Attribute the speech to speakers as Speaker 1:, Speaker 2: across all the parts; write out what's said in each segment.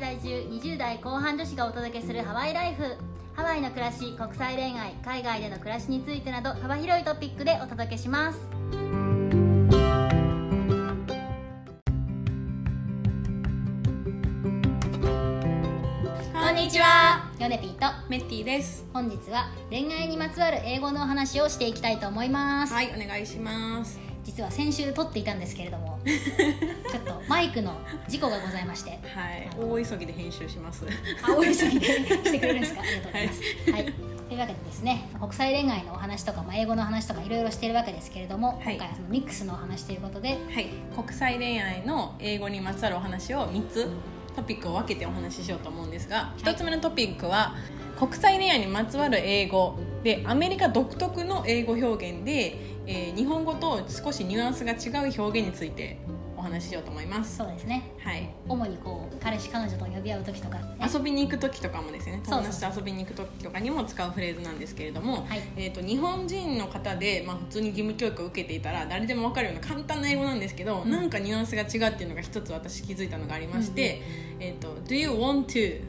Speaker 1: 20代後半女子がお届けするハワイライフハワイの暮らし国際恋愛海外での暮らしについてなど幅広いトピックでお届けします
Speaker 2: こんにちは。
Speaker 1: ヨネピーと
Speaker 2: メッティです。
Speaker 1: 本日は恋愛にまつわる英語のお話をしていきたいと思います、
Speaker 2: はい、お願いします。
Speaker 1: 実は先週撮っていたんですけれどもちょっとマイクの事故がございまして
Speaker 2: はい、大急ぎで編集し ます。
Speaker 1: 青い急ぎで してくれるんですかありがとうございます、はいというわけでですね国際恋愛のお話とか、まあ、英語の話とかいろいろしてるわけですけれども、
Speaker 2: はい
Speaker 1: 今回はそのミックスのお話ということで
Speaker 2: はい、国際恋愛の英語にまつわるお話を3つトピックを分けてお話ししようと思うんですが、1つ目のトピックは国際恋愛にまつわる英語でアメリカ独特の英語表現で、えー日本語と少しニュアンスが違う表現についてお話ししようと思います。
Speaker 1: そうですね
Speaker 2: はい、
Speaker 1: 主にこう彼氏彼女と呼び合う時とか、ね、
Speaker 2: 遊びに行く時とかもですね
Speaker 1: そう
Speaker 2: 友
Speaker 1: そう
Speaker 2: 達と遊びに行く時とかにも使うフレーズなんですけれども、
Speaker 1: はい
Speaker 2: えー、と日本人の方で、まあ、普通に義務教育を受けていたら誰でも分かるような簡単な英語なんですけど、なんかニュアンスが違うっていうのが一つ私気づいたのがありまして「えー、と Do you want to?」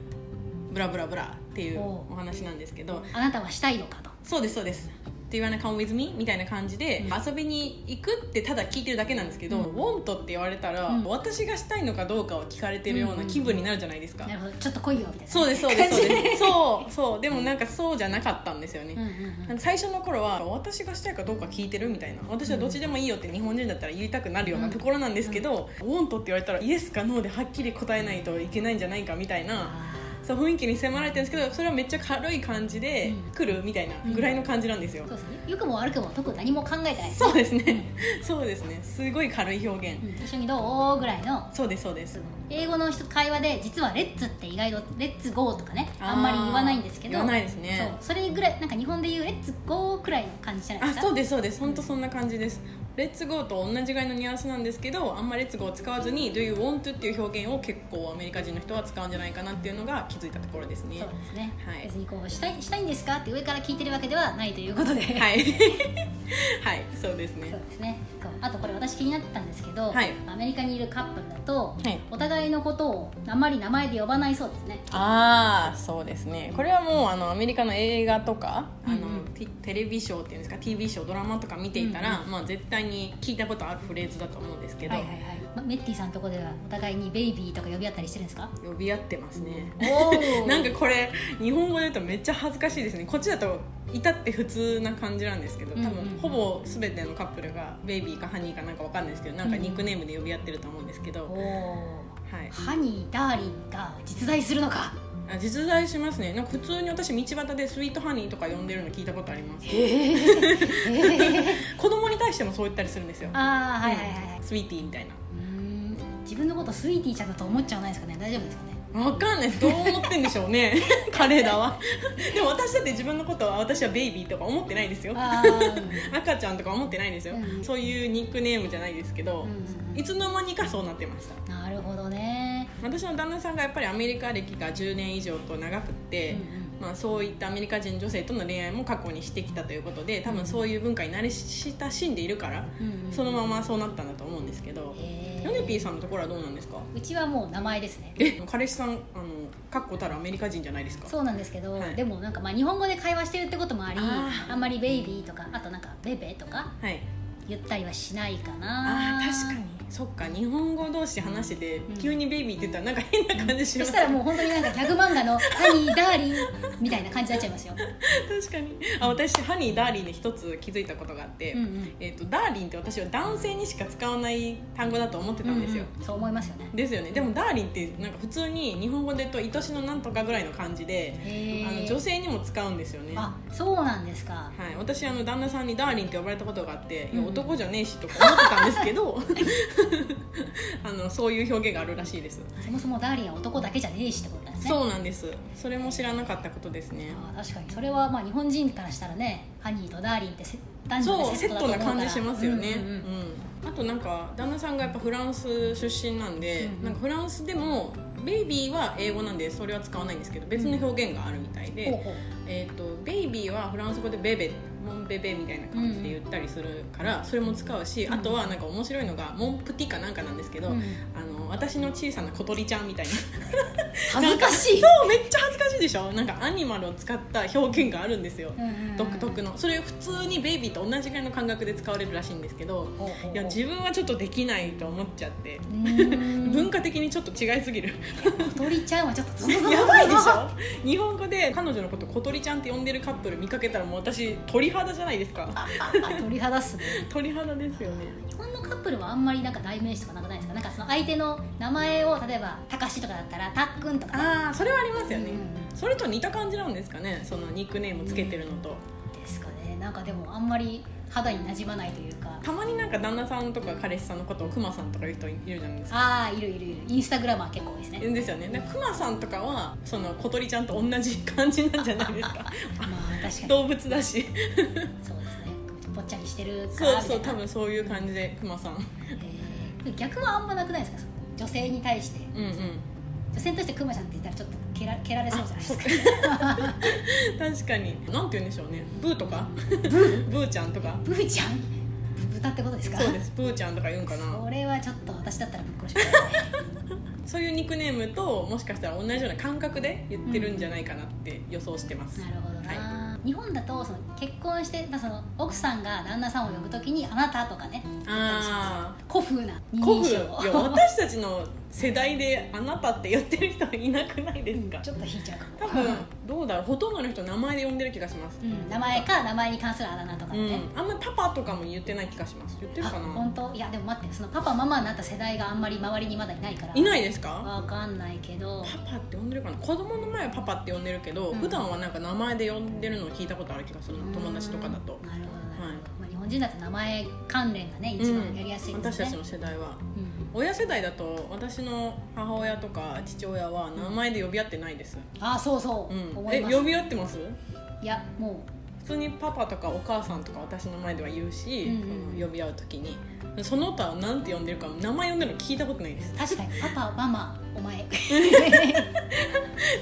Speaker 2: ブラブラブラっていう
Speaker 1: おう
Speaker 2: お話なんですけど
Speaker 1: あなたはしたいのかと
Speaker 2: そうですそうです「Do you wanna come with me?」みたいな感じで、遊びに行くってただ聞いてるだけなんですけど「want」って言われたら、
Speaker 1: うん
Speaker 2: 私がしたいのかどうかを聞かれてるような気分になるじゃないですか。
Speaker 1: なるほどちょっと来いよみたいな
Speaker 2: そうですそうです
Speaker 1: 感
Speaker 2: そう
Speaker 1: じ
Speaker 2: ですそうそうでもなんかそうじゃなかったんですよ
Speaker 1: うん
Speaker 2: ね、
Speaker 1: うんうん
Speaker 2: なんか最初の頃は私がしたいかどうか聞いてるみたいな私はどっちでもいいよって日本人だったら言いたくなるようなところなんですけど、ウォントって言われたらイエスかノーではっきり答えないといけないんじゃないかみたいな
Speaker 1: あ
Speaker 2: そう雰囲気に迫られてるんですけどそれはめっちゃ軽い感じで
Speaker 1: うん
Speaker 2: 来るみたいなぐらいの感じなんですよ、
Speaker 1: ーそうですね良くも悪くも特に何も考えてないです、
Speaker 2: そうですねそうですねすごい軽い表現、
Speaker 1: うん、一緒にどうぐらいの
Speaker 2: そうですそうです
Speaker 1: 英語の人会話で実は「レッツ」って意外と「レッツゴー」とかねあんまり言わないんですけど
Speaker 2: 言わないですね
Speaker 1: そうそれぐらいなんか日本で言う「レッツゴー」くらいの感じじゃない
Speaker 2: あ
Speaker 1: ですか
Speaker 2: そうですそうです本当そんな感じです「レッツゴー」と同じぐらいのニュアンスなんですけどあんまり「レッツゴー」を使わずに「Do you want to?」っていう表現を結構アメリカ人の人は使うんじゃないかなっていうのが気づいたところですね
Speaker 1: そうですね、
Speaker 2: はい
Speaker 1: 別にこうしたい「したいんですか?」って上から聞いてるわけではないということで、
Speaker 2: はい はいそうですね
Speaker 1: そうですねそうあとこれ私気になってたんですけど、
Speaker 2: はい
Speaker 1: アメリカにいるカップルだと、
Speaker 2: はい
Speaker 1: お互いのことをあんまり名前で呼ばないそうですね
Speaker 2: ああそうですねこれはもうあのアメリカの映画とかあの、
Speaker 1: うんうん
Speaker 2: テテレビショーっていうんですか TV ショードラマとか見ていたら、
Speaker 1: う
Speaker 2: まあ、絶対に聞いたことあるフレーズだと思うんですけど、
Speaker 1: まメッティさんとこではお互いに「ベイビー」とか呼び合ったりしてるんですか
Speaker 2: 呼び合ってますね、
Speaker 1: お
Speaker 2: なんかこれ日本語で言うとめっちゃ恥ずかしいですねこっちだと至って普通な感じなんですけど多
Speaker 1: うんうんうん
Speaker 2: 分ほぼ全てのカップルがベイビーかハニーかなんかわかんないですけどなんかニックネームで呼び合ってると思うんですけど、
Speaker 1: お
Speaker 2: は
Speaker 1: お
Speaker 2: い、
Speaker 1: ハニーダーリンが実在するのか
Speaker 2: あ実在しますねなんか普通に私道端でスイートハニーとか呼んでるの聞いたことあります
Speaker 1: ええ
Speaker 2: 子供に対してもそう言ったりするんですよ
Speaker 1: ああはいはいはいはい
Speaker 2: スイーティーみたいな
Speaker 1: うーん自分のことスイーティーちゃんだと思っちゃわないですかね大丈夫ですかね
Speaker 2: わかんないですどう思ってんでしょうね彼ら はでも私だって自分のことは私はベイビーとか思ってないですよ
Speaker 1: あ
Speaker 2: 赤ちゃんとか思ってないですよ、
Speaker 1: うん
Speaker 2: そういうニックネームじゃないですけ
Speaker 1: あ、
Speaker 2: ど、
Speaker 1: う
Speaker 2: いつの間にかそうなってました
Speaker 1: ん、なるほどね
Speaker 2: 私の旦那さんがやっぱりアメリカ歴が10年以上と長くって、
Speaker 1: うん
Speaker 2: まあ、そういったアメリカ人女性との恋愛も過去にしてきたということで多分そういう文化に慣れ親しんでいるから、
Speaker 1: うんうん
Speaker 2: そのままそうなったんだと思うんですけど、
Speaker 1: へー
Speaker 2: ヨネピーさんのところはどうなんですか
Speaker 1: うちはもう名前ですね
Speaker 2: え彼氏さんあのかっこたらアメリカ人じゃないですか
Speaker 1: そうなんですけど、
Speaker 2: はい
Speaker 1: でもなんかまあ日本語で会話してるってこともあり
Speaker 2: あ
Speaker 1: あ
Speaker 2: ー
Speaker 1: んまり「ベイビー」とかあとなんか「ベベ」とか
Speaker 2: はい
Speaker 1: 言ったりはしないか
Speaker 2: あ
Speaker 1: な
Speaker 2: ー確かにそっか日本語同士話してて、
Speaker 1: ん
Speaker 2: 急にベイビーって言ったらなんか変な感じし
Speaker 1: そ
Speaker 2: ます
Speaker 1: したらもう本当になんかギャグ漫画の「ハニーダーリン」みたいな感じになっちゃいますよ、
Speaker 2: 確かにあ私ハニーダーリンで一つ気づいたことがあって、
Speaker 1: うんうん
Speaker 2: えー、とダーリンって私は男性にしか使わない単語だと思ってたんですよ、
Speaker 1: うんうんそう思いますよね
Speaker 2: ですよねでもダーリンってなんか普通に日本語で言うと愛しのなんとかぐらいの感じで
Speaker 1: へー
Speaker 2: あの女性にも使うんですよねは
Speaker 1: あそうなんですか
Speaker 2: い、私あの旦那さんに「ダーリン」って呼ばれたことがあって「いや
Speaker 1: うん
Speaker 2: 男じゃねえし」とか思ってたんですけど あのそういう表現があるらしいです
Speaker 1: そもそもダーリンは男だけじゃねえしってことなんですね
Speaker 2: そうなんですそれも知らなかったことですね
Speaker 1: あー確かにそれはまあ日本人からしたらねハニーとダーリンってせ男女
Speaker 2: そう
Speaker 1: の
Speaker 2: セ
Speaker 1: セッ
Speaker 2: ッ
Speaker 1: ト
Speaker 2: ト
Speaker 1: だ
Speaker 2: な
Speaker 1: と
Speaker 2: 感
Speaker 1: 思うから
Speaker 2: じしますよね、
Speaker 1: う
Speaker 2: うんん
Speaker 1: うんうん
Speaker 2: あとなんか旦那さんがやっぱフランス出身なんで、
Speaker 1: うんうん
Speaker 2: なんかフランスでもベイビーは英語なんでそれは使わないんですけど別の表現があるみたいで、
Speaker 1: ほうほう
Speaker 2: えー、とベイビーはフランス語でベベモンベベみたいな感じで言ったりするから、それも使うしあとはなんか面白いのがモンプティかなんかなんですけど、
Speaker 1: うん
Speaker 2: あの私の小さな小鳥ちゃんみたいな
Speaker 1: 恥ずかしい
Speaker 2: そうめっちゃ恥ずかしいでしょ なんかアニマルを使った表現があるんですよ、独特のそれ普通にベイビーと同じぐらいの感覚で使われるらしいんですけどいや自分はちょっとできないと思っちゃって文
Speaker 1: 文
Speaker 2: 化的にちょっと違いすぎる
Speaker 1: 小鳥ちゃんはちょっ と
Speaker 2: やばいでしょ日本語で彼女のこと小鳥ちゃんって呼んでるカップル見かけたらもう私鳥肌じゃないですか
Speaker 1: 鳥肌っすね
Speaker 2: 鳥肌ですよね
Speaker 1: 日本のカップルはあんまりなんか代名詞とかなんかないですかなんかその相手の名前を例えばたかしとかだったらたっくんとかね
Speaker 2: ああそれはありますよね、
Speaker 1: う
Speaker 2: それと似た感じなんですかねそのニックネームつけてるのと、
Speaker 1: んですかねなんかでもあんまり肌になじまないというか
Speaker 2: たまになんか旦那さんとか彼氏さんのことをクマさんとかいう人いるじゃないですか
Speaker 1: ああいるいるいるインスタグラマー結構多いですね
Speaker 2: ですよねでクマさんとかはその小鳥ちゃんと同じ感じなんじゃないですか
Speaker 1: まあ確かに
Speaker 2: 動物だし
Speaker 1: そうですねぽっちゃりしてるか
Speaker 2: そう
Speaker 1: ら
Speaker 2: そう
Speaker 1: みた
Speaker 2: 多
Speaker 1: いな
Speaker 2: 分そういう感じでクマさん
Speaker 1: えー逆はあんまなくないですかその女性に対して
Speaker 2: うんうん
Speaker 1: 女性に対してクマちゃんって言ったらちょっと蹴ら蹴られそうじゃないですか
Speaker 2: 確かになんて言うんでしょうねブーとかブーちゃんとか
Speaker 1: ブーちゃん豚ってことですか
Speaker 2: そうですブーちゃんとか言うんかな
Speaker 1: それはちょっと私だったらぶっ殺します ね
Speaker 2: そういうニックネームともしかしたら同じような感覚で言ってるんじゃないかなって予想してます、
Speaker 1: なるほどな、日本だとその結婚して、まあ、その奥さんが旦那さんを呼ぶときに「あなた」とかね
Speaker 2: ああ
Speaker 1: 古風な二
Speaker 2: 古
Speaker 1: 人
Speaker 2: 風
Speaker 1: 称
Speaker 2: いや私たちの世代で「あなた」って言ってる人いなくないですか
Speaker 1: ちょっと引いちゃう
Speaker 2: 多
Speaker 1: かも、
Speaker 2: 分どうだろうほとんどの人名前で呼んでる気がします、
Speaker 1: うん、名前か名前に関するあだ名とか
Speaker 2: う
Speaker 1: ね、
Speaker 2: ん、あんまりパパとかも言ってない気がします言ってる
Speaker 1: あ
Speaker 2: かな
Speaker 1: 本当いやでも待ってそのパパママになった世代があんまり周りにまだいないから
Speaker 2: いないですか
Speaker 1: わかんないけど
Speaker 2: パパって呼んでるかな子供の前はパパって呼んでるけど、
Speaker 1: うん
Speaker 2: 普段はなんか名前で呼んでるのを聞いたことある気がするの友達とかだと
Speaker 1: う、んなるほどなるほど、
Speaker 2: はい
Speaker 1: まあ、日本人だと名前関連がね一番やりやすい
Speaker 2: うん
Speaker 1: で
Speaker 2: 私
Speaker 1: す
Speaker 2: た
Speaker 1: ね
Speaker 2: ち、の世代は
Speaker 1: うん
Speaker 2: 親世代だと私の母親とか父親は名前で呼び合ってないです、
Speaker 1: ああそうそう、
Speaker 2: うん
Speaker 1: 思い
Speaker 2: え
Speaker 1: ま
Speaker 2: 呼
Speaker 1: す
Speaker 2: び合ってます
Speaker 1: いやも
Speaker 2: 普通にパパとかお母さんとか私の前では言うし、
Speaker 1: うんうん
Speaker 2: その呼び合う時にその他何て呼んでるか名前呼んでるの聞いたことない です
Speaker 1: う確かにパパママお前、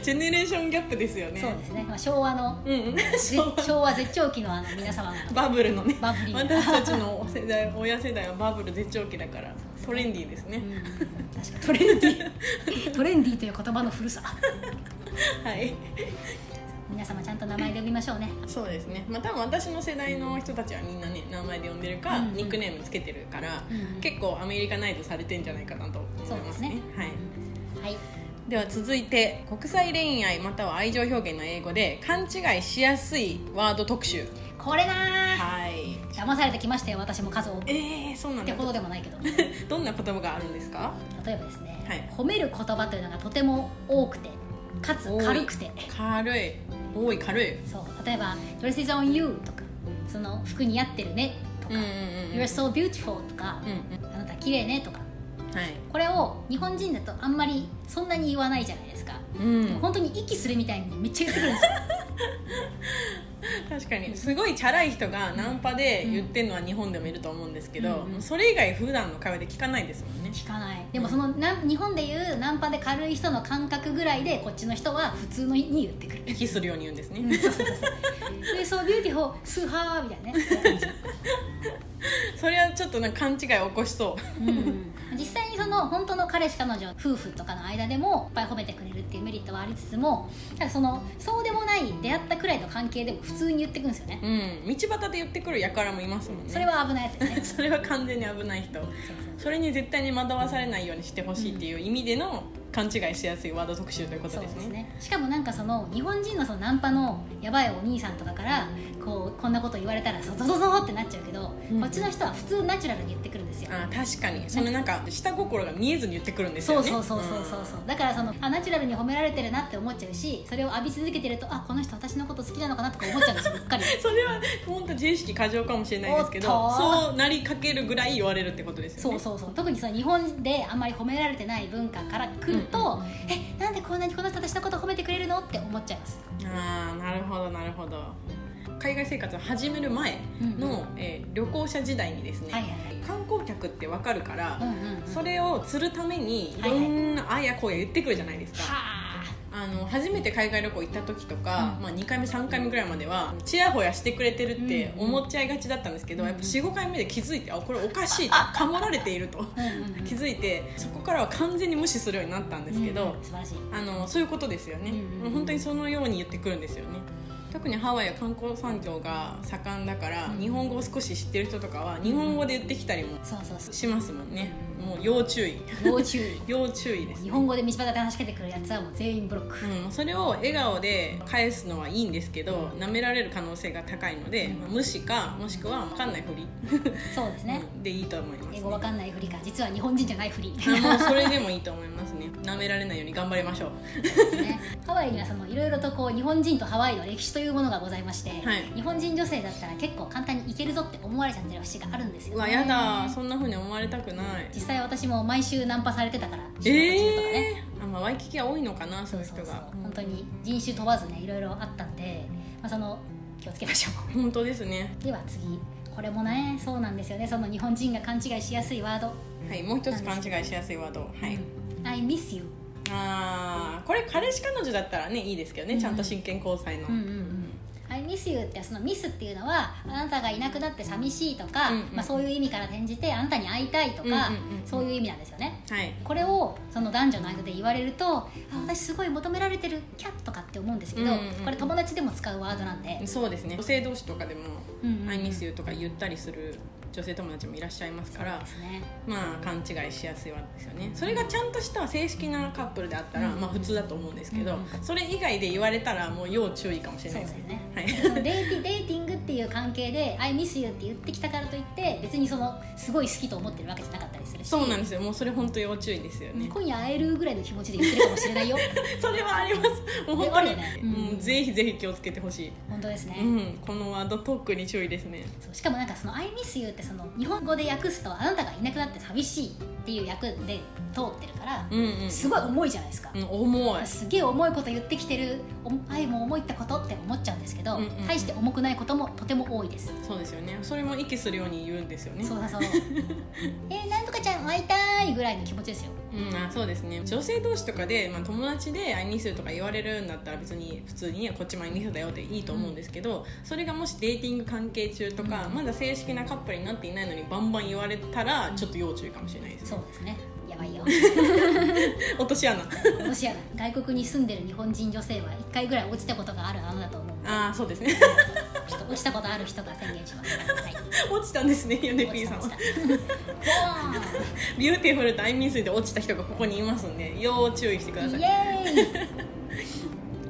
Speaker 2: ジェネレーションギャップですよね
Speaker 1: そうですね、まあ、昭和の
Speaker 2: うんうん
Speaker 1: ぜ昭和絶頂期のあの皆様の
Speaker 2: バブルのね
Speaker 1: バブリーな、
Speaker 2: 私たちの世代親世代はバブル絶頂期だからトレンディーです
Speaker 1: う
Speaker 2: ね、
Speaker 1: ん、確かにトレンディートレンディーという言葉の古さ
Speaker 2: はい
Speaker 1: 皆様ちゃんと名前で呼びましょうね
Speaker 2: そうですねまあ多分私の世代の人たちはみんなね名前で呼んでるか、
Speaker 1: うんうん
Speaker 2: ニックネームつけてるから、
Speaker 1: うんうん
Speaker 2: 結構アメリカナイズされてんじゃないかなと思いますね
Speaker 1: そうです
Speaker 2: はい、
Speaker 1: はい
Speaker 2: では続いて国際恋愛または愛情表現の英語で勘違いしやすいワード特集
Speaker 1: これなー
Speaker 2: はい
Speaker 1: 騙されてきましたよ私も数多くっ
Speaker 2: えー、そうなん
Speaker 1: て
Speaker 2: だ
Speaker 1: ほどでもないけど
Speaker 2: どんな言葉があるんですか
Speaker 1: 例えばですね、
Speaker 2: はい
Speaker 1: 褒める言葉というのがとても多くてかつ軽くて
Speaker 2: 軽い多い軽い
Speaker 1: そう例えば「Dress is on you」とか「その服似合ってるね」とか
Speaker 2: うんうん
Speaker 1: 「
Speaker 2: うん
Speaker 1: You're so beautiful」とか
Speaker 2: うんうん
Speaker 1: 「あなた綺麗ね」とか
Speaker 2: はい
Speaker 1: これを日本人だとあんまりそんなに言わないじゃないですか、
Speaker 2: うん
Speaker 1: 本当に息するみたいにめっちゃ言ってくる んですよ
Speaker 2: 確かにすごいチャラい人がナンパで言ってるのは日本でもいると思うんですけど、
Speaker 1: うんうん
Speaker 2: それ以外普段の会話で聞かないですもんね
Speaker 1: 聞かないでもそのな日本でいうナンパで軽い人の感覚ぐらいでこっちの人は普通のに言ってくる
Speaker 2: 息するように言うんです ね、
Speaker 1: そうそうそうそうでそうビューティフォースーハーみたいなねそういう感じ
Speaker 2: それはちょっとなんか勘違い起こしそう
Speaker 1: 実際にその本当の彼氏彼女夫婦とかの間でもいっぱい褒めてくれるっていうメリットはありつつもただそのそうでもない出会ったくらいの関係でも普通に言ってくるんですよね、
Speaker 2: うん道端で言ってくる輩もいますもんね
Speaker 1: それは危ないやつですね
Speaker 2: それは完全に危ない人
Speaker 1: そうそう
Speaker 2: それに絶対に惑わされないようにしてほしいっていう意味での勘違いしやすいワード特集ということ
Speaker 1: そう
Speaker 2: で
Speaker 1: ですす
Speaker 2: ね
Speaker 1: ねしかもなんかその日本人のそのナンパのやばいお兄さんとかからこうこんなこと言われたらゾゾゾゾってなっちゃうけど、
Speaker 2: うん
Speaker 1: こっちの人は普通ナチュラルに言ってくるんですよ
Speaker 2: あー確かにそのなんか下心が見えずに言ってくるんです
Speaker 1: そ
Speaker 2: よ
Speaker 1: う
Speaker 2: ね
Speaker 1: そうそうそうそうそうだからそのあナチュラルに褒められてるなって思っちゃうしそれを浴び続けてるとあこの人私のこと好きなのかなとか思っちゃうんですよば っかり
Speaker 2: それは本当自意識過剰かもしれないですけど
Speaker 1: おっとー
Speaker 2: そうなりかけるぐらい言われるってことですよ
Speaker 1: そ
Speaker 2: ね
Speaker 1: うそうそう特にその日本であんまり褒められてない文化からくると、えなんでこんなにこの人私のこと褒めてくれるのって思っちゃいます
Speaker 2: ああなるほどなるほど海外生活を始める前の、えー旅行者時代にですね、
Speaker 1: はいはい
Speaker 2: 観光客ってわかるから、
Speaker 1: うんうんうん
Speaker 2: それを釣るためにい
Speaker 1: はい
Speaker 2: ろ
Speaker 1: はい
Speaker 2: んなあやこうや言ってくるじゃないですか、
Speaker 1: はあ
Speaker 2: あの初めて海外旅行行った時とか、
Speaker 1: うん
Speaker 2: まあ、2回目3回目ぐらいまではちやほやしてくれてるって
Speaker 1: うん
Speaker 2: 思っちゃいがちだったんですけど、
Speaker 1: うん
Speaker 2: やっぱ45回目で気づいてあこれおかしいとかもられていると気づいてそこからは完全に無視するようになったんですけど、
Speaker 1: うん素晴らしい
Speaker 2: あのそういうことですよね、
Speaker 1: うん
Speaker 2: もう本当にそのように言ってくるんですよね特にハワイは観光産業が盛んだから、
Speaker 1: うん
Speaker 2: 日本語を少し知ってる人とかは日本語で言ってきたりも
Speaker 1: そうそうそ
Speaker 2: しますもんねもう要注意
Speaker 1: う要注意
Speaker 2: 要注意です
Speaker 1: 日
Speaker 2: ね
Speaker 1: 本語で道端で話しかけてくるやつはもう全員ブロック、
Speaker 2: うん、それを笑顔で返すのはいいんですけど舐められる可能性が高いので、まあ無視かもしくは分かんないふり、
Speaker 1: そうですね、
Speaker 2: うんでいいと思います、
Speaker 1: 英語わかんないふりか実は日本人じゃないふり
Speaker 2: あもうそれでもいいと思いますね舐められないように頑張りましょう
Speaker 1: ですねハワイにはそのいろいろとこう日本人とハワイの歴史というものがございまして、
Speaker 2: はい
Speaker 1: 日本人女性だったら結構簡単に行けるぞって思われちゃってる節があるんですよ、ね、
Speaker 2: うわやだそんなふうに思われたくない
Speaker 1: 実際私も毎週ナンパされてたから
Speaker 2: え
Speaker 1: とかね
Speaker 2: えーあまあ、ワイキキは多いのかなそ
Speaker 1: そうう
Speaker 2: いう人
Speaker 1: そ
Speaker 2: が
Speaker 1: うそう本当に人種問わずねいろいろあったんで、まあ、その気をつけましょ
Speaker 2: 本当ですね
Speaker 1: うでは次これもねそうなんですよねその日本人が勘違いしやすいワード
Speaker 2: はいもう一つ勘違いしやすいワードはい、
Speaker 1: 「I miss you
Speaker 2: あーこれ彼氏彼女だったらねいいですけどね、
Speaker 1: うん
Speaker 2: ちゃんと真剣交際」の、
Speaker 1: うんうんうん「I miss you」ってそのミスっていうのはあなたがいなくなって寂しいとか、
Speaker 2: うんうん
Speaker 1: まあ、そういう意味から転じてあなたに会いたいとか、
Speaker 2: うんうんうん
Speaker 1: そういう意味なんですよね
Speaker 2: はい
Speaker 1: これをその男女の間で言われるとあ私すごい求められてるキャッとかって思うんですけど、
Speaker 2: うんうんうん
Speaker 1: これ友達でも使うワードなんで、
Speaker 2: そうですね女性同士とかでも
Speaker 1: うん
Speaker 2: 「
Speaker 1: うん
Speaker 2: I miss you」とか言ったりする女性友達もいらっしゃいますから
Speaker 1: ですね
Speaker 2: まあ勘違いしやすいわけですよねそれがちゃんとした正式なカップルであったら、
Speaker 1: うん
Speaker 2: まあ普通だと思うんですけど、
Speaker 1: うんうん
Speaker 2: それ以外で言われたらもう要注意かもし
Speaker 1: そ
Speaker 2: れ
Speaker 1: う
Speaker 2: ない
Speaker 1: で
Speaker 2: ですす
Speaker 1: よ
Speaker 2: ね
Speaker 1: ね
Speaker 2: はい
Speaker 1: そのデーティデーティングっていう関係で「I miss you」って言ってきたからといって別にそのすごい好きと思ってるわけじゃなかったりするし
Speaker 2: そうなんですよもうそれ本当要注意ですよね
Speaker 1: 今夜会えるぐらいの気持ちで言ってるかもしれないよ
Speaker 2: それはありますも う本当
Speaker 1: あるよ
Speaker 2: に、
Speaker 1: ね
Speaker 2: うん、ぜひぜひ気をつけてほしい、
Speaker 1: 本当ですね、
Speaker 2: うん、このワード特に注意ですね
Speaker 1: そうしかもなんかその「I miss you」ってその日本語で訳すと「あなたがいなくなって寂しい」っていう訳で通ってるから、
Speaker 2: うんうん
Speaker 1: すごい重いじゃないですか、
Speaker 2: うん、重い
Speaker 1: すげえ重いこと言ってきてるお愛も重いってことって思っちゃうんですけど、
Speaker 2: うんうん
Speaker 1: 大して重くないこともとても多いです、
Speaker 2: そうですよねそれも息するように言うんですよね
Speaker 1: そ うだそうえー、なんとかちゃん会いたいぐらいの気持ちですよ
Speaker 2: うん、あそうですね女性同士とかで、まあ、友達で「愛にする」とか言われるんだったら別に普通にねこっちも愛にするだよっていいと思うんですけど、それがもしデーティング関係中とか、
Speaker 1: うん
Speaker 2: まだ正式なカップルになっていないのにバンバン言われたらちょっと要注意かもしれないです
Speaker 1: そうですねやばいよ
Speaker 2: 落とし穴
Speaker 1: ロシアが外国に住んでる日本人女性は1回ぐらい落ちたことがあるあのだと思う
Speaker 2: ああそうですね
Speaker 1: ちょっと落ちたことある人が宣言しますはい
Speaker 2: 落ちたん ですねヨネピーさん
Speaker 1: 落ち
Speaker 2: は
Speaker 1: た落ちた ボーン
Speaker 2: ビューティフルと愛にするで落ちた人がここにいますんで要注意してくださ
Speaker 1: イ
Speaker 2: い
Speaker 1: エーイ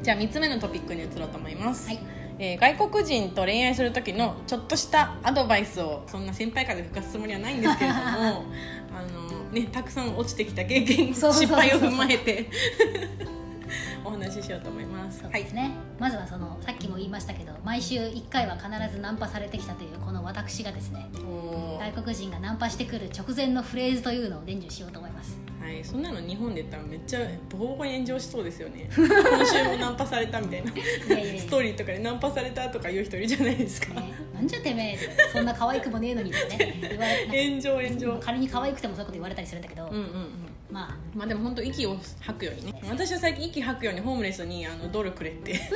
Speaker 2: じゃあ3つ目のトピックに移ろうと思います、
Speaker 1: はい
Speaker 2: えー外国人と恋愛する時のちょっとしたアドバイスをそんな先輩から吹かすつもりはないんです けれどもあの、ね、たくさん落ちてきた経験
Speaker 1: そうそう
Speaker 2: 失
Speaker 1: そう
Speaker 2: 敗を踏まえてお話ししようと思います。
Speaker 1: そう
Speaker 2: は
Speaker 1: で
Speaker 2: い
Speaker 1: すね、まずはそのさっきも言いましたけど毎週1回は必ずナンパされてきたというこの私がですね
Speaker 2: おー
Speaker 1: 外国人がナンパしてくる直前のフレーズというのを伝授しようと思います
Speaker 2: はい、そんなの日本で言ったらめっちゃボコボコに炎上しそうですよ ね今週もナンパされたみたいない
Speaker 1: やいやい や
Speaker 2: ストーリーとかでナンパされたとか言う人いるじゃないですか
Speaker 1: ね、なんじゃてめえそんな可愛くもねえのにってね言われ
Speaker 2: 炎上炎
Speaker 1: なん
Speaker 2: 上
Speaker 1: か仮に可愛くてもそういうこと言われたりするんだけど、
Speaker 2: うんうんうん
Speaker 1: まあ
Speaker 2: まあでも本当息を吐くようにね私は最近息吐くようにホームレスにあのドルくれって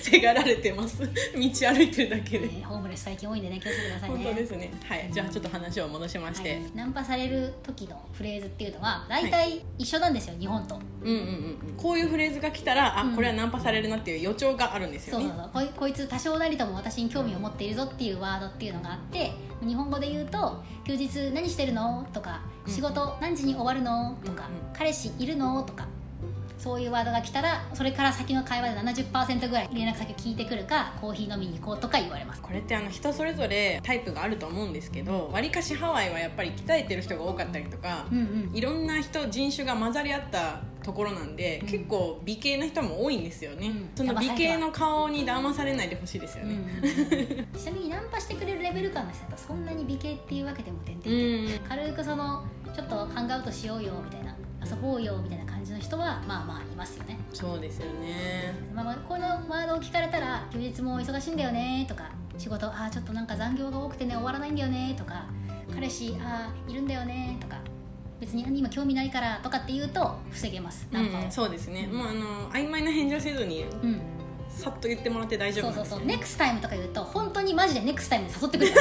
Speaker 2: せがられてます道歩いてるだけ
Speaker 1: え
Speaker 2: で
Speaker 1: ーホームレス最近多いんでね気をつけてくださいね
Speaker 2: 本当ですねはいじゃあちょっと話を戻しまして、
Speaker 1: はいナンパされる時のフレーズっていうのは大体一緒なんですよ、日本と
Speaker 2: うんうんうんこういうフレーズが来たらあ
Speaker 1: うん
Speaker 2: これはナンパされるなっていう予兆があるんですよ
Speaker 1: そう
Speaker 2: ね
Speaker 1: そうそうこいこいつ多少なりとも私に興味を持っているぞっていうワードっていうのがあって日本語で言うと「休日何してるの?」とか「
Speaker 2: うん
Speaker 1: 仕事何時に終わるの?」とか
Speaker 2: うんう
Speaker 1: 「彼氏いるの?」とかそういうワードが来たらそれから先の会話で70%ぐらい連絡先を聞いてくるかコーヒー飲みに行こうとか言われます
Speaker 2: これってあの人それぞれタイプがあると思うんですけどわりかしハワイはやっぱり鍛えてる人が多かったりとか
Speaker 1: うんうん
Speaker 2: いろんな人人種が混ざり合ったところなんで、
Speaker 1: うん
Speaker 2: 結構美形な人も多いんですよね、
Speaker 1: うん
Speaker 2: その美形の顔に騙されないでほしいですよ
Speaker 1: うんう
Speaker 2: ね、
Speaker 1: んちなみにナンパしてくれるレベル感の人だとそんなに美形っていうわけでも全然軽くそのちょっとハンガーウトしようよみたいな遊ぼうよみたいな感じの人はまあまあいますよね
Speaker 2: そうですよね
Speaker 1: まあまあ、このワードを聞かれたら「休日も忙しいんだよね」とか「仕事あーちょっとなんか残業が多くてね終わらないんだよね」とか「彼氏あーいるんだよね」とか別にあ今興味ないからとかって言うと防げますナンパを、
Speaker 2: うんそうですねもうあの曖昧な返事をせずに
Speaker 1: うん
Speaker 2: さっと言ってもらって大丈夫
Speaker 1: そ
Speaker 2: な
Speaker 1: うん
Speaker 2: です
Speaker 1: そうそ
Speaker 2: よ
Speaker 1: う
Speaker 2: ね
Speaker 1: ネクスタイムとか言うと本当にマジでネクスタイムに誘っ てくる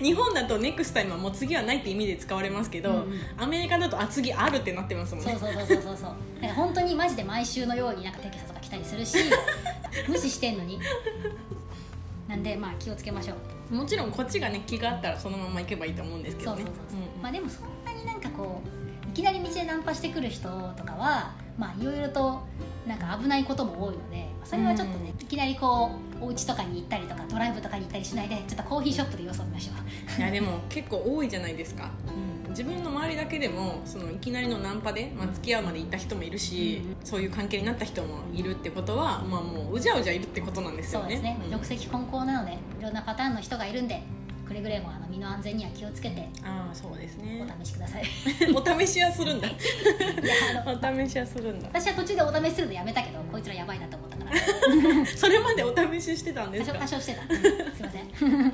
Speaker 2: 日本だとネクスタイムはもう次はないって意味で使われますけど、
Speaker 1: うんうん
Speaker 2: アメリカだとあ次あるってなってますもん
Speaker 1: そう
Speaker 2: ね
Speaker 1: そうそうそうそうそうだから本当にマジで毎週のようになんかテキストとか来たりするし無視してんのになんでまあ気をつけましょう
Speaker 2: もちろんこっちがね気があったらそのまま行けばいいと思うんですけ
Speaker 1: そ
Speaker 2: ど
Speaker 1: うそう
Speaker 2: ね
Speaker 1: そうそう、
Speaker 2: うん
Speaker 1: まあでもそんなになんかこういきなり道でナンパしてくる人とかはまあいろいろとなんか危ないことも多いのでそれはちょっとね、いきなりこうお家とかに行ったりとかドライブとかに行ったりしないでちょっとコーヒーショップで様子を見まし
Speaker 2: い
Speaker 1: ょ
Speaker 2: やでも結構多いじゃないですか
Speaker 1: う、
Speaker 2: 自分の周りだけでもそのいきなりのナンパで、まあ、付き合うまで行った人もいるし、
Speaker 1: うん
Speaker 2: そういう関係になった人もいるってことは、まあ、もううじゃうじゃいるってことなんです
Speaker 1: そ
Speaker 2: よ
Speaker 1: う
Speaker 2: ね
Speaker 1: ですね
Speaker 2: うん
Speaker 1: 玉石混交なのでいろんなパターンの人がいるんでくれぐれもあの身の安全には気をつけて
Speaker 2: ああそうですね
Speaker 1: お試しください
Speaker 2: お試しはするんだ
Speaker 1: いやあの
Speaker 2: お試しはするんだ
Speaker 1: 私は途中でお試しするのやめたけどこいつらやばいなと思ったから
Speaker 2: それまでお試ししてたんで
Speaker 1: 多
Speaker 2: す
Speaker 1: 少
Speaker 2: か
Speaker 1: 多 少してたすいませんうん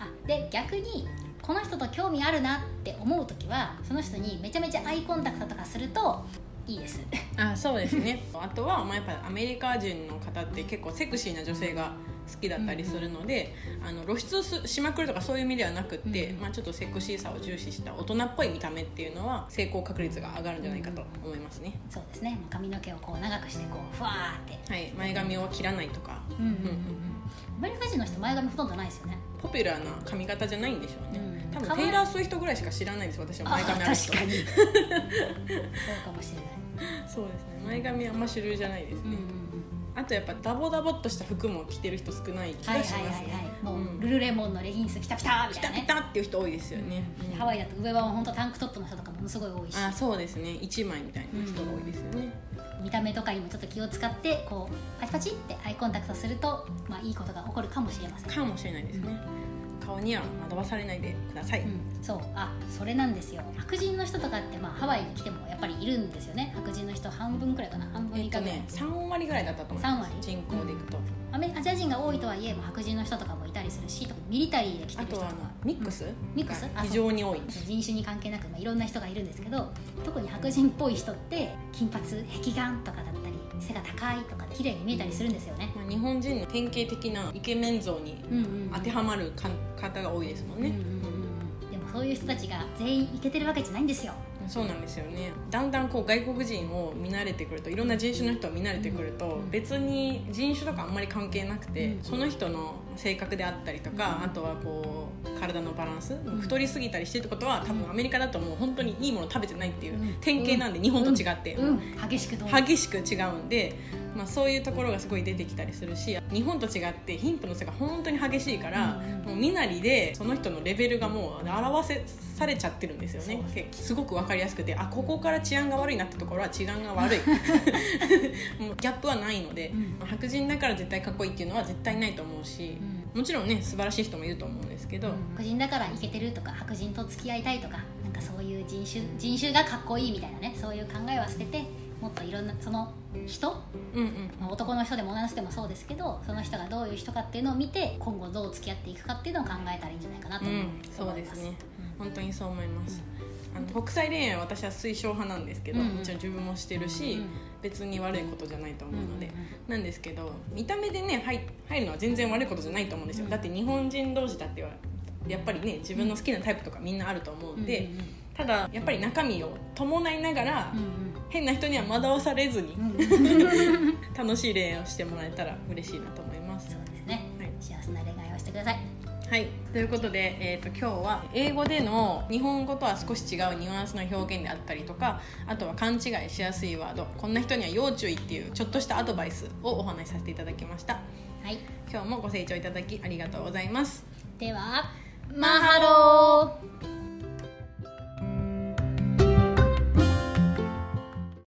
Speaker 1: あで逆にこの人と興味あるなって思う時はその人にめちゃめちゃアイコンタクトとかするといいです
Speaker 2: あそうですね あとは、まあ、やっぱアメリカ人の方って結構セクシーな女性が好きだったりするので、あの露出すしまくるとかそういう意味ではなくって、
Speaker 1: うん
Speaker 2: まあ、ちょっとセクシーさを重視した大人っぽい見た目っていうのは成功確率が上がるんじゃないかと思いますね、
Speaker 1: そうですねもう髪の毛をこう長くしてこうふわーって
Speaker 2: はい、前髪を切らないとか、
Speaker 1: うんうんう
Speaker 2: う
Speaker 1: ん
Speaker 2: んうん
Speaker 1: アメリカ人の人前髪ほとんどないですよね
Speaker 2: ポピュラーな髪型じゃないんでしょうね、
Speaker 1: うん
Speaker 2: 多分テイラー・スウィフトぐらいしか知らないです私は前髪ある
Speaker 1: 確
Speaker 2: 人
Speaker 1: かにそうかもしれない、
Speaker 2: そうですね前髪あんま主流じゃないです
Speaker 1: うん
Speaker 2: ね、あとやっぱダボダボっとした服も着てる人少ない気
Speaker 1: は
Speaker 2: が
Speaker 1: いはいは
Speaker 2: します
Speaker 1: い
Speaker 2: ね、
Speaker 1: はいもう、
Speaker 2: うん
Speaker 1: ルルレモンのレギンスピタピタみ
Speaker 2: ピ
Speaker 1: た
Speaker 2: タ
Speaker 1: いな
Speaker 2: ピ
Speaker 1: ね
Speaker 2: タっていう人多いですよね、うん
Speaker 1: ハワイだと上は本当タンクトップの人とかものすごい多いし
Speaker 2: あそうですね1枚みたいな人が多いですよね、
Speaker 1: 見た目とかにもちょっと気を使ってこうパチパチってアイコンタクトすると、まあ、いいことが起こるかもしれません、
Speaker 2: かもしれないですね顔には惑わされないでください、
Speaker 1: うん、そうあそれなんですよ白人の人とかって、まあ、ハワイに来てもやっぱりいるんですよね白人の人半分くらいかな半分
Speaker 2: え
Speaker 1: 以
Speaker 2: っと
Speaker 1: 下ぐらい、
Speaker 2: ね3割ぐらいだったと思います
Speaker 1: 3割
Speaker 2: 人口でいくと、
Speaker 1: アメアジア人が多いとはいえ、まあ、白人の人とかもいたりするし特にミリタリーで来
Speaker 2: あ
Speaker 1: てる人
Speaker 2: と
Speaker 1: と
Speaker 2: は
Speaker 1: か
Speaker 2: あのミックス、
Speaker 1: ミックス
Speaker 2: が
Speaker 1: あそう
Speaker 2: 非常に多い
Speaker 1: 人種に関係なく、まあ、いろんな人がいるんですけど特に白人っぽい人って金髪壁眼とかだったり背が高いとかで綺麗に見えたりするんですよね、
Speaker 2: まあ、日本人の典型的なイケメン像に
Speaker 1: うんうんうん
Speaker 2: 当てはまるか方が多いですもん
Speaker 1: うん
Speaker 2: ね、
Speaker 1: うんうんうんでもそういう人たちが全員イケてるわけじゃないんですよ
Speaker 2: そうなんですよねだんだんこう外国人を見慣れてくるといろんな人種の人を見慣れてくると
Speaker 1: うん
Speaker 2: 別に人種とかあんまり関係なくて
Speaker 1: うん
Speaker 2: その人の性格であったりとかあとはこう体のバランス
Speaker 1: ん
Speaker 2: 太りすぎたりしてるってことは多分アメリカだともう本当にいいもの食べてないっていう
Speaker 1: うん
Speaker 2: 典型なんで日本と違って
Speaker 1: うん、激しくどう
Speaker 2: 激しく違うんで、まあ、そういうところがすごい出てきたりするし日本と違って貧富の差が本当に激しいから、
Speaker 1: うん
Speaker 2: もう身なりでその人のレベルがもう表せされちゃってるんですよね
Speaker 1: そう
Speaker 2: けすごく分かりやすくてあここから治安が悪いなってところは治安 が悪いもうギャップはないので、
Speaker 1: うん
Speaker 2: まあ白人だから絶対かっこいいっていうのは絶対ないと思うし、もちろんね素晴らしい人もいると思うんですけど、
Speaker 1: 白人だからイケてるとか白人と付き合いたいとかなんかそういう人種人種がかっこいいみたいなねそういう考えは捨ててもっといろんなその人、
Speaker 2: うんうん
Speaker 1: まあ男の人でも女の人でもそうですけどその人がどういう人かっていうのを見て今後どう付き合っていくかっていうのを考えたらいいんじゃないかなと
Speaker 2: う
Speaker 1: 思い
Speaker 2: ん
Speaker 1: ます、
Speaker 2: そうですね
Speaker 1: うん
Speaker 2: 本当にそう思いますあの国際恋愛は私は推奨派なんですけど、
Speaker 1: うんうん
Speaker 2: もちろん自分もしてるし、別に悪いことじゃないと思うので、なんですけど見た目でね入入るのは全然悪いことじゃないと思うんですよ、
Speaker 1: うん
Speaker 2: だって日本人同士だってはやっぱりね自分の好きなタイプとかみんなあると思うんで、
Speaker 1: うんうんうん
Speaker 2: ただやっぱり中身を伴いながら、変な人には惑わされずに
Speaker 1: うんうんうんうんそう
Speaker 2: 楽しい恋愛をしてもらえたら嬉しいなと思います。
Speaker 1: ですね
Speaker 2: はい
Speaker 1: 幸せな恋愛をしてください
Speaker 2: はい、ということで、えー、と今日は英語での日本語とは少し違うニュアンスの表現であったりとかあとは勘違いしやすいワードこんな人には要注意っていうちょっとしたアドバイスをお話しさせていただきました
Speaker 1: はい
Speaker 2: 今日もご清聴いただきありがとうございます
Speaker 1: ではマハロー